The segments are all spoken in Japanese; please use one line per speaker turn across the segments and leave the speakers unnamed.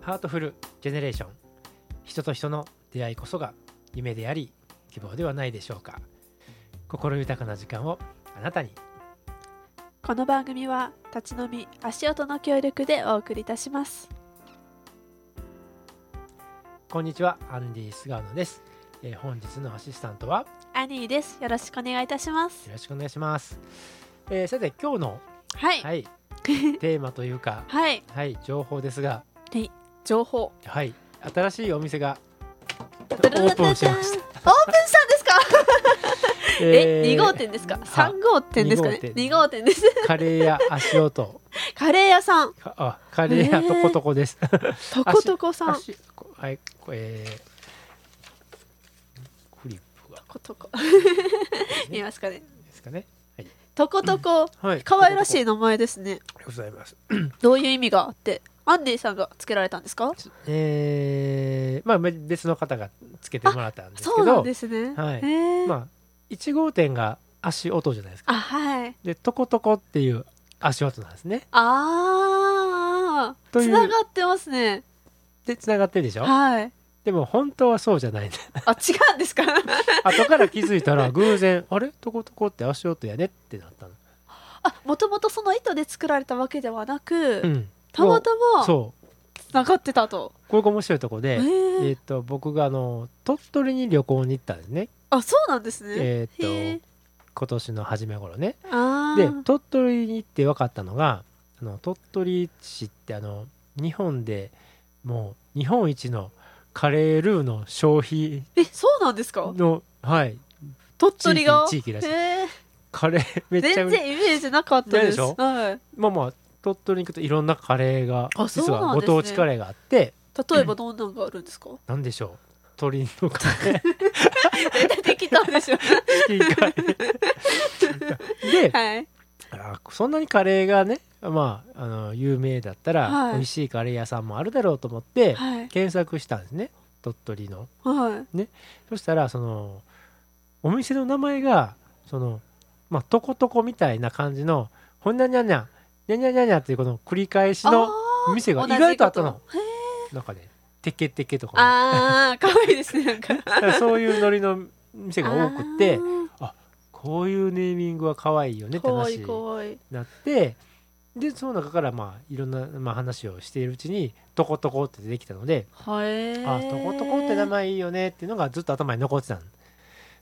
ハートフルジェネレーション人と人の出会いこそが夢であり希望ではないでしょうか心豊かな時間をあなたに
この番組は立ち飲み足音の協力でお送りいたします
こんにちはアンディ菅野です、えー本日のアシスタントは
アニーですよろしくお願いいたします
よろしくお願いします、えーさて今日の、
はい
は
はい、
い、 テーマというかはい情報ですが
情報
はい新しいお店が
オ
ープンしました
オープンしたんですかえ、
ー
2号店ですか3号店ですかね
二号店
2号店です
カレー屋足音
カレー屋さん
かあカレー屋とことこです、
とことこさんと
足こはいこえー、フリップが
ことこ
すね
見えますかね
ですかね
とことこ
はい
可愛らし
あ
い名前です
り
ね
がとうございます
どういう意味があってアンディさんがつけられたんですか
えー、まあべ別の方がつけてもらったんですけど
そうなんですね
はい
へー
まあ1号店が足音じゃないですか
あはい
でトコトコっていう足音なんですね
ああ
という
つながってますね
でつながってるでしょ
はい
でも本当はそうじゃ ないんだ
あ違うんですか
後から気づいたら偶然あれトコトコって足音やねってなったの
あもともとその糸で作られたわけではなく、
うん
たまたま
そう
つながってたと
これが面白いとこで
へ
え
ー
ーっと僕があの鳥取に旅行に行ったんですね
あそうなんですね
え
へ
ーっ
ー
と今年の初め頃ね
あ
で
ー
鳥取に行って分かったのがあの鳥取市ってあの日本でもう日本一のカレールーの消費
えそうなんですか
の、はい、
鳥取が
地域地域らしい
へー
カレーめっちゃ
全然イメージなかったです
ないでしょ
はい、
まあまあ鳥取に行くといろんなカレーが
あ
実
そう
は
なん
ご
です
当
ね
地カレーがあって
例えばどんなのがあるんで すか
なんでしょう鳥のカレー
絶対できたんでしょ
チキンカレー で、
はい
あそんなにカレーがねまああの有名だった
は
ら
い
美味しいカレー屋さんもあるだろうと思って、
はい
検索したんですね鳥取の
はい
そしたらそのお店の名前がそのまあトコトコみたいな感じのほんにゃにゃにゃにゃにゃにゃにゃっていうこの繰り返しの
あー
店が
同じ
意外とあったの
ことへー
なんかねテケテケとかね
ああ可愛いです ねなんか
だからそういうノリの店が多くて
あー
こういうネーミングは可愛いよねって
かわ
話
いいか
に
わいい
なってでその中からまあいろんな、まあ、話をしているうちにトコトコってできたので
はい
あトコトコって名前いいよねっていうのがずっと頭に残ってたの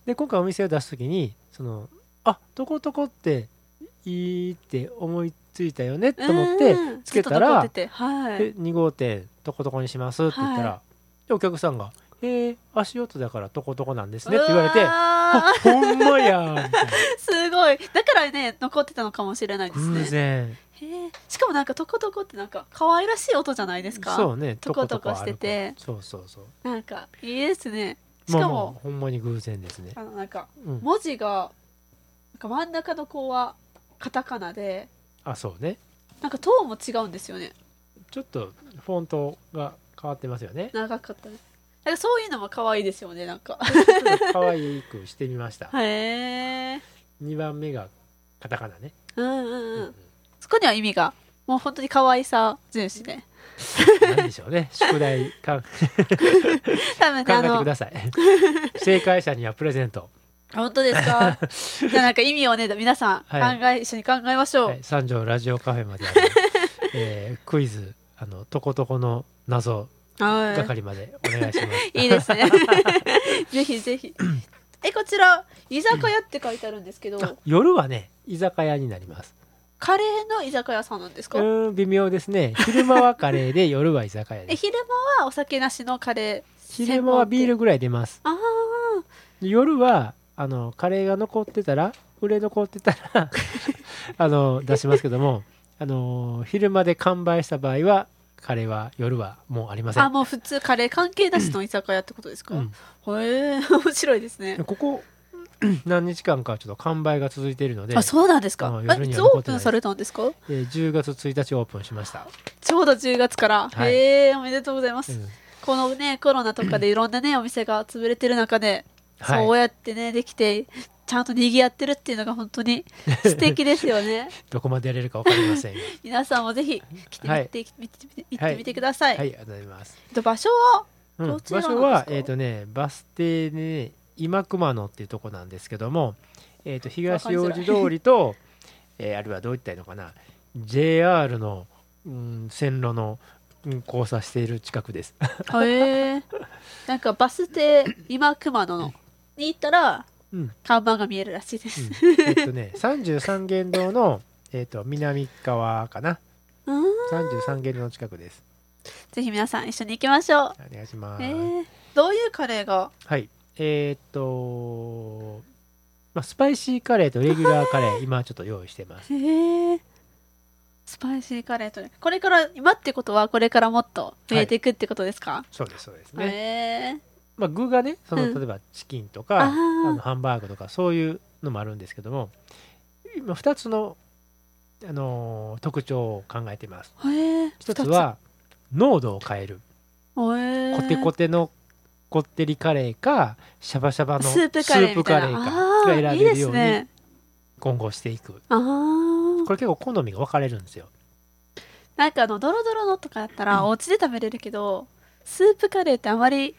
で今回お店を出す時にそのあトコトコっていいって思いついたよねと思って
うん
つけたら
ずっと残っててはい
で2号店トコトコにしますって言ったら、
は
でお客さんが「えー、足音だからトコトコなんですね」って言われて
う
「
わ
あ
ー
ほんまやん」みたいな
すごいだからね残ってたのかもしれないですね
偶 然
へーしかもなんかトコトコってなんか可愛らしい音じゃないですか
そうね
トコトコしてて
トコトコ歩くそうそうそう
なんかいいですねし
まあ
か
まあ
も、
ほんまに偶然ですね、
あのなんか
うん、
文字がなんか真ん中の子はカタカナで
あそうね
なんか塔も違うんですよね
ちょっとフォントが変わってますよ ね
長かったねなんかそういうのも可愛いですよねなんか
ちょっと可愛くしてみました。
へえ
2番目がカタカナね。
うんうん
う
うんんそこには意味がもう本当に可愛さ重視ね
なんでしょう ね。宿題かん考
多
え
分ね
て
あ
く
の
ださい。 正解者にはプレゼント。
本当ですか じゃあなんか意味をね皆さん考え、
はい
一緒に考えましょう、
はい、三条ラジオカフェまであ の、えークイズあのとことこの謎
はい
係までお願いします。
いいです ねぜひぜひえこちら居酒屋って書いてあるんですけど
あ夜はね居酒屋になります。
カレーの居酒屋さんなんです
う
か、
ーん微妙ですね。昼間はカレーで夜は居酒屋
え
です。
昼間はお酒なしのカレー
昼間はビー
ル
ルぐらい出ます。
ああ
夜はあのカレーが残ってたら売れ残ってたら あの出しますけども あの昼まで完売した場合はカレーは夜はもうありませ
あ
ん、
もう普通カレー関係なしの居酒屋ってことですか、
うん
へえ面白いですね
でここ 何日間かちょっと完売が続いているので
あそうなんですか
あ
あ
夜
い
に
つ
は
オ
残
ー
って
プ
ない
ンされたんですか
えー10月1日オープンしました、
ちょうど10月から、
はい
へえおめでとうございま
う
す、
ん
このねコロナとかでいろんなねお店が潰れてる中で、
はい
そうやってねできてちゃんと賑わってるっていうのが本 当に素敵ですよね
どこまでやれるか分かりま せんが
皆さんもぜひ来てみて,、
はい
見てみて行ってみてください、
はいありがとうございます、
えっと場 所は
うん
ど
場
ちらなんですか
所はえっ、とねバス停で、ね、今熊野っていうとこなんですけども、えー、と東大路通りと、えーあるいはどういったらいいのかな JR の、うん、線路の、うん、交差している近く です
へえなんかバス停今熊野のに行ったら、
うん
看板が見えるらしいです、
えっとね、33元堂の、えっと南側かな。
うん、
33元堂の近くです。
ぜひ皆さん一緒に行きましょう
お願いします。
えー、どういうカレーが
はい。えっ、とまあ、スパイシーカレーとレギュラーカレー、今ちょっと用意してます。
へえスパイシーカレーとねこれから今ってことはこれからもっと増えていくってことですか、
そうです、そうです
へ
ね。
え
まあ、具がね、その、
うん
例えばチキンとか、
あ
あ
ー
のハンバーグとか、そういうのもあるんですけども、今、2つの、あのー特徴を考えています。
へえ
1つは、濃度を変える。コテコ
テ
テのこってりカレーかシャバシャバの
スープカレーみたいな
スープカレ
あー
ーかが選べるよう
いいです
に
ね
今後していく
あ
こ
ー
れ結構好みが分かれるんですよ
なんかあのドロドロのとかだったらお家で食べれるけど、スープカレーってあまり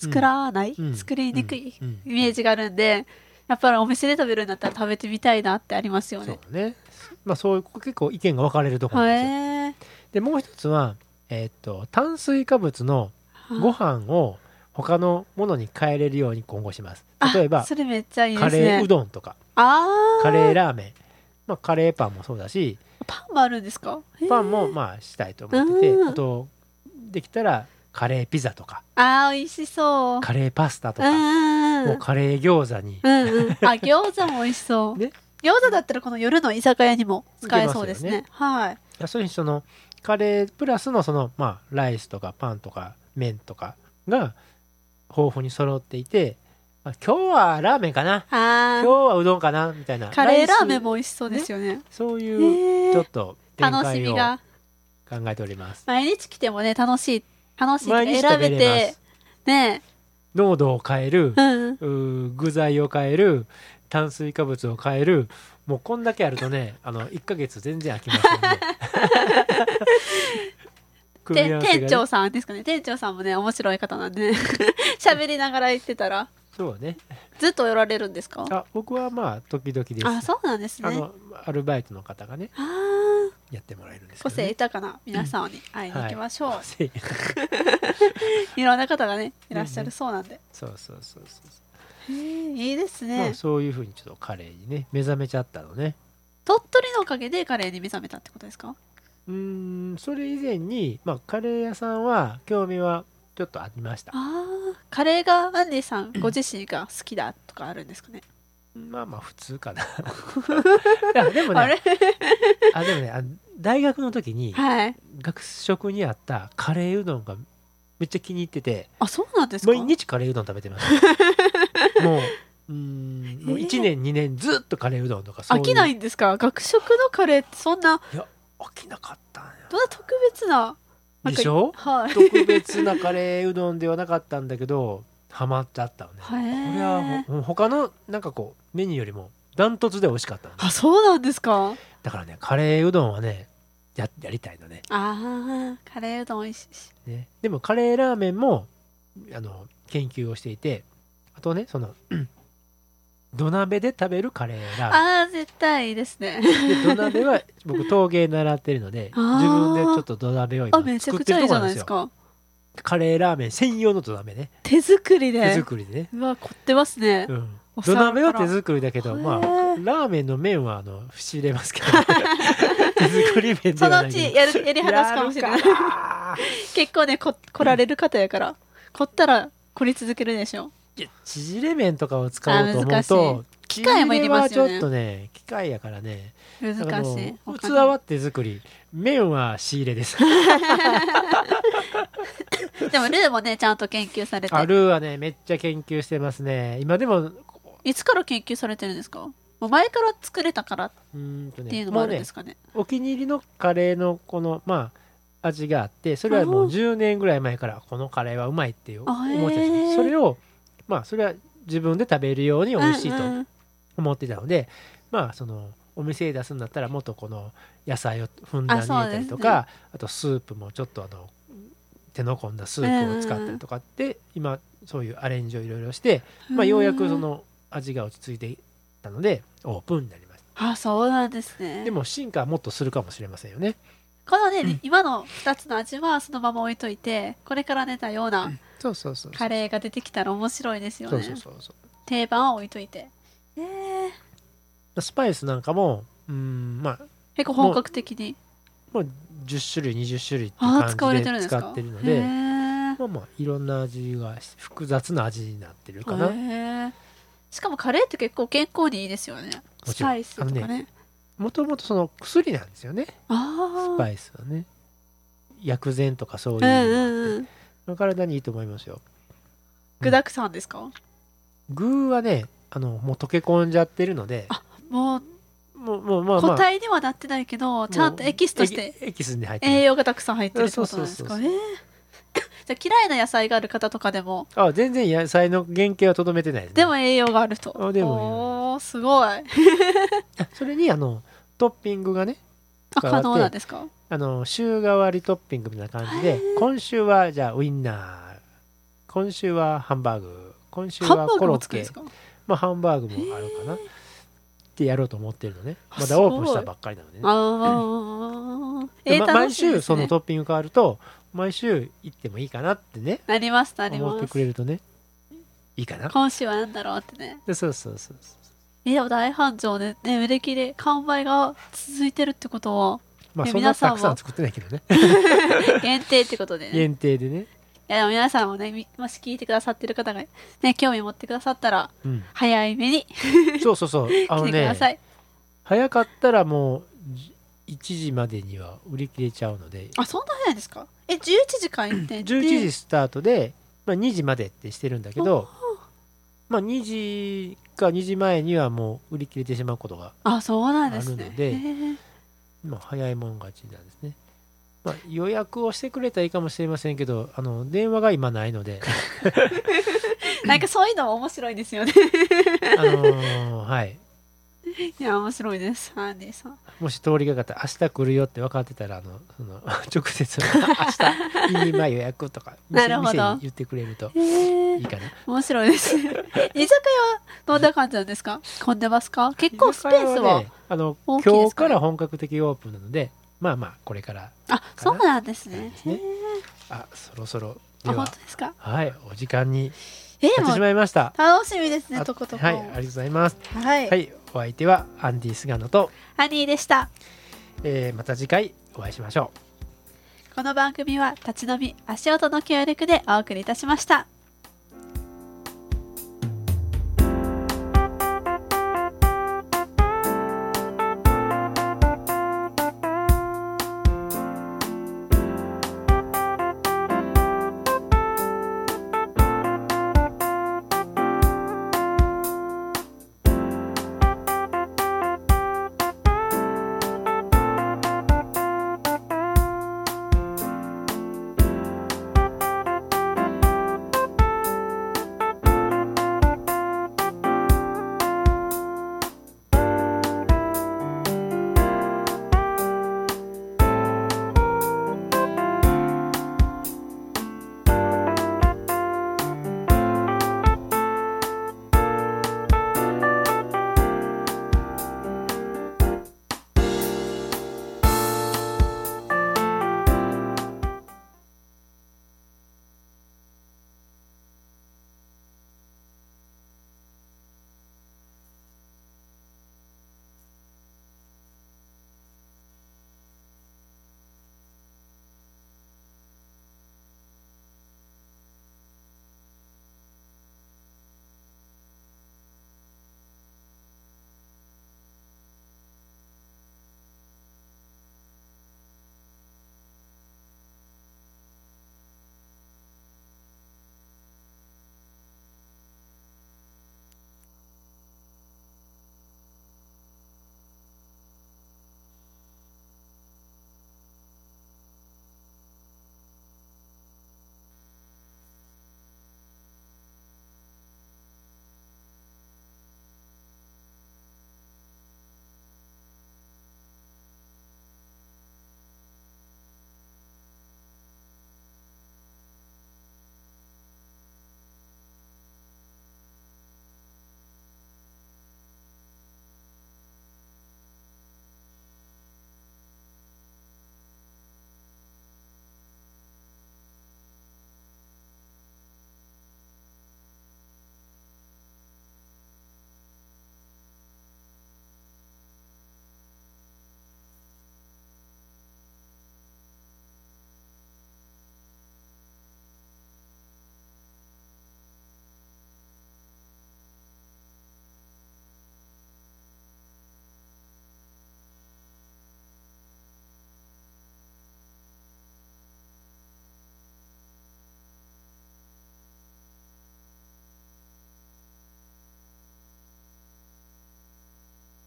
作らない、
うん
作りにくい
うんうん
イメージがあるんでやっぱりお店で食べるんだったら食べてみたいなってありますよ
そう
ね
ねまあそういう結構意見が分かれるところ
へ
なんですよ
え
でもう一つはえーっと炭水化物のご飯を他のものに変えれるように今後します
あ
例えば
それめっちゃいいです
カ
ね
レーうどんとか
あー
カレーラーメンまあカレーパンもそうだし
パンもあるんですかへー
パンもまあしたいと思ってて
うん
あとできたらカレーピザとか
あー美味しそう
カレーパスタと
うん
か
うんう
もうんカレー餃子に
うん うんあ餃子も美味しそう、
ね
餃子だったらこの夜の居酒屋にも使えそうですね
いけ
はい
要するにそのカレープラスのそのまあライスとかパンとか麺とかが豊富に揃っていて、まあ、今日はラーメンかな今
あ
日
ー
はうどんかなみたいな
カレーラーメン
も
も美味しそうですよね
そう
へ
いう
ー
ちょっと展
楽し
開
み
を
が
考えております
毎日来てもね楽しい楽しい
毎日
選
食
べ
べれま
て
す
ね
濃度を変える
う、ん
うー具材を変える炭水化物を変えるもうこんだけあると ねあの1ヶ月全然飽きませんね組み合わせが
で
ね
店長さんですかね店長さんもね面白い方なんでね 喋りながら行ってたら
そうね
ずっと寄られるんですか
あ僕はまあ時々です
あそうなんですね
あのアルバイトの方がね
あー
やってもらえるんです
個
けど、
性
ね、
豊かな皆さんに会いに行きましょう、
個性
い、ろんな方がねいらっしゃるそうなんで、
そうそうそうそう、
へえいいですね、
まあ、そういうふうにちょっとカレーにね目覚めちゃったのね
鳥取のおかげでカレーに目覚めたってことですか
うーんそれ以前に、まあ、カレー屋さんは興味はちょっとありました
あーカレーがアンディさんご自身が好きだとかあるんですかね
まあまあ普通 かないやでもね
あれ
あでもねあの大学の時に
はい
学食にあったカレーうどんがめっちゃ気に入ってて
あそうなんですか
毎日カレーうどん食べてます もううーんもう
えー
1年2年ずっとカレーうどんとかそう
飽
いう
きないんですか学食のカレーってそんな
飽きなかったんや
どんな特別ななんか
でし ょ
はい
特別なカレーうどんではなかったんだけどハマっちゃったのねこ
へー
れはほ他のなんかこうメニューよりもダントツで美味しかったのね
あそうなんですか
だからねカレーうどんはねややりたいのね
あーカレーうどん美味しいし
ねでもカレーラーメンもあの研究をしていてあとねそのうん土鍋で食べるカレーラーメン
あー絶対いいですね
で土鍋は僕陶芸習ってるので
あー
自分でちょっと土鍋を
あ
今
めちゃ
作っ
く
て
ちゃ
る
い
とこ
いじ
ろな
ゃ
ん
ない
です
です
よ
か
カレーラーメン専用の土鍋ね
手作りで
手作りでね、
うわ凝ってますね、
うん
お
土
皿から
鍋は手作りだけどまあ
へー
ラーメンの麺はあの仕入れ ますけど手作り麺で
そ
はな
のう
い
ち
け
やるやり
ど
話すかもしれない
やるか
結構ねこ来られる方やから凝ったら凝り続けるでしょ
いや縮れ麺とかを使おうと思う
あ
と
機械もいりますよ
縮
ね
れはちょっとね機械やからね
難
だからもう
しい他
器
に
は手作り麺は仕入れ です
でもルーもねちゃんと研究されて
あルーはねめっちゃ研究してますね今でも
いつから研究されてるんですかもう前から作れたからっ
うーんと
てい
ね
うのも
も
あ
う
るん
ね
ですかね
お気に入りのカレーのこのまあ味があってそれはもう
あ
10年ぐらい前からこのカレーはうまいっていう
あ
思ってたん
へ
で
ー
すそれをまあそれは自分で食べるように美味しいと
うんうん
思ってたのでまあそのお店へ出すんだったらもっとこの野菜をふんだんに
あそう
入れ
です
たり
ね
とかあ,、とスープもちょっとあの手の込んだスープを使ったりとかって、今そういうアレンジをいろいろして、まあ、ようやくその味が落ち着いていったのでオープンになりまし
あそうなんです
た
ね
でも進化はもっとするかもしれませんよね
このね、今の2つの味はそのまま置いといてこれから出たような
そうそうそう
カレーが出てきたら面白いですよね
そうそうそうそう
定番は置いといてえー、
スパイスなんかもうんまあ
結構本格的に
もう10種類20種類って
ああ
いう
使われてる
感じです
んでか
使ってるの
へ
で
ー
まあまあいろんな味が複雑な味になってるかな、
へーしかもカレーって結構健康にいいですよね
も
ス
ちろん
パイスとかね
あのもともとその薬なんですよね
あ
ス
あ
パイスはね薬膳とかそういう
う
のがあっ
ん
て
うんうん
まあ体にいいと思いますよ
具だくさんですか
具はねあのもう溶け込んじゃってるので
あもう
もうもうまあま
個
あ
体にはなってないけどちゃんとエキスとして
エキエキスに入って
栄
る
養がたくさん入ってるってことなんです
そ
か
う
え
そう
ーじゃあ嫌いな野菜がある方とかでも
あ全然野菜の原型はとどめてないです、ね、
でも栄養があると
あでも
おーすごい
あそれにあのトッピングがね
あ
使われ
可
て
能なんですか
あの週替わりトッピングみたいな感じで今週はじゃあウインナー今週はハンバーグ今週
ハンバ
は
ー
コ
グ
ロ
も
ッ
作るん
ケ
ですか
まあハンバーグもあるかなってやろうと思ってるのねまだオープンしたばっかりなのでね
ああ、え
で
ー
ま
楽
毎
しみで
週
す
そ
ね
のトッピング変わると毎週行ってもいいかなってね
なりますなり
思っ
ま
て
す
くれるとねいいかな
今週は何だろうってね
でそうそうそうそう
えーでも大繁盛で、ね、売れ切れ完売が続いてるってこ とは
まあ
いや
そんな
皆さ
た
んも
くさん作ってないけどね
限定ってことでね
限定でね
いやでも皆さんもねみもし聞いてくださってる方がね興味持ってくださったら
うん
早い目に
そうそうそうあ
来
の
てくだ
ね
さい、
早かったらもうじ1時までには売り切れちゃうので
あそんな早いんですかえ11時 開店で
11時スタートで、まあ、2時までってしてるんだけど、まあ、2時か2時前にはもう売り切れてしまうことが、
あそうなんです
ある
ね
ので
へー
まあ、早いもん勝ちなんですね、まあ、予約をしてくれたらいいかもしれませんけどあの電話が今ないの で
なんかそういうのも面白いですよね
あのーはい
いや面白いですアンディ さん
もし通りがかったら明日来るよって分かってたらあの その直接明 日今予約とか店
なるほど
店に言ってくれると
へー
いいかな
面白いですね居酒屋はどんな感じなんですか混んでますか結構スペース
居酒屋
は
ねあの
大きいで
今
す
日
かね
から本格的オープンなのでまあまあこれから
あそうなんですね
ですねあそろそろで
あ本
は
当ですか
はいお時間に
えー
なって
も
し
う
まいました
楽しみですね
あ
とことこ
はいありがとうございます
はい
はいお相手はアンディ菅野と、
アニーでした
えーまた次回お会いしましょう
この番組は立ち飲み足音の協力でお送りいたしました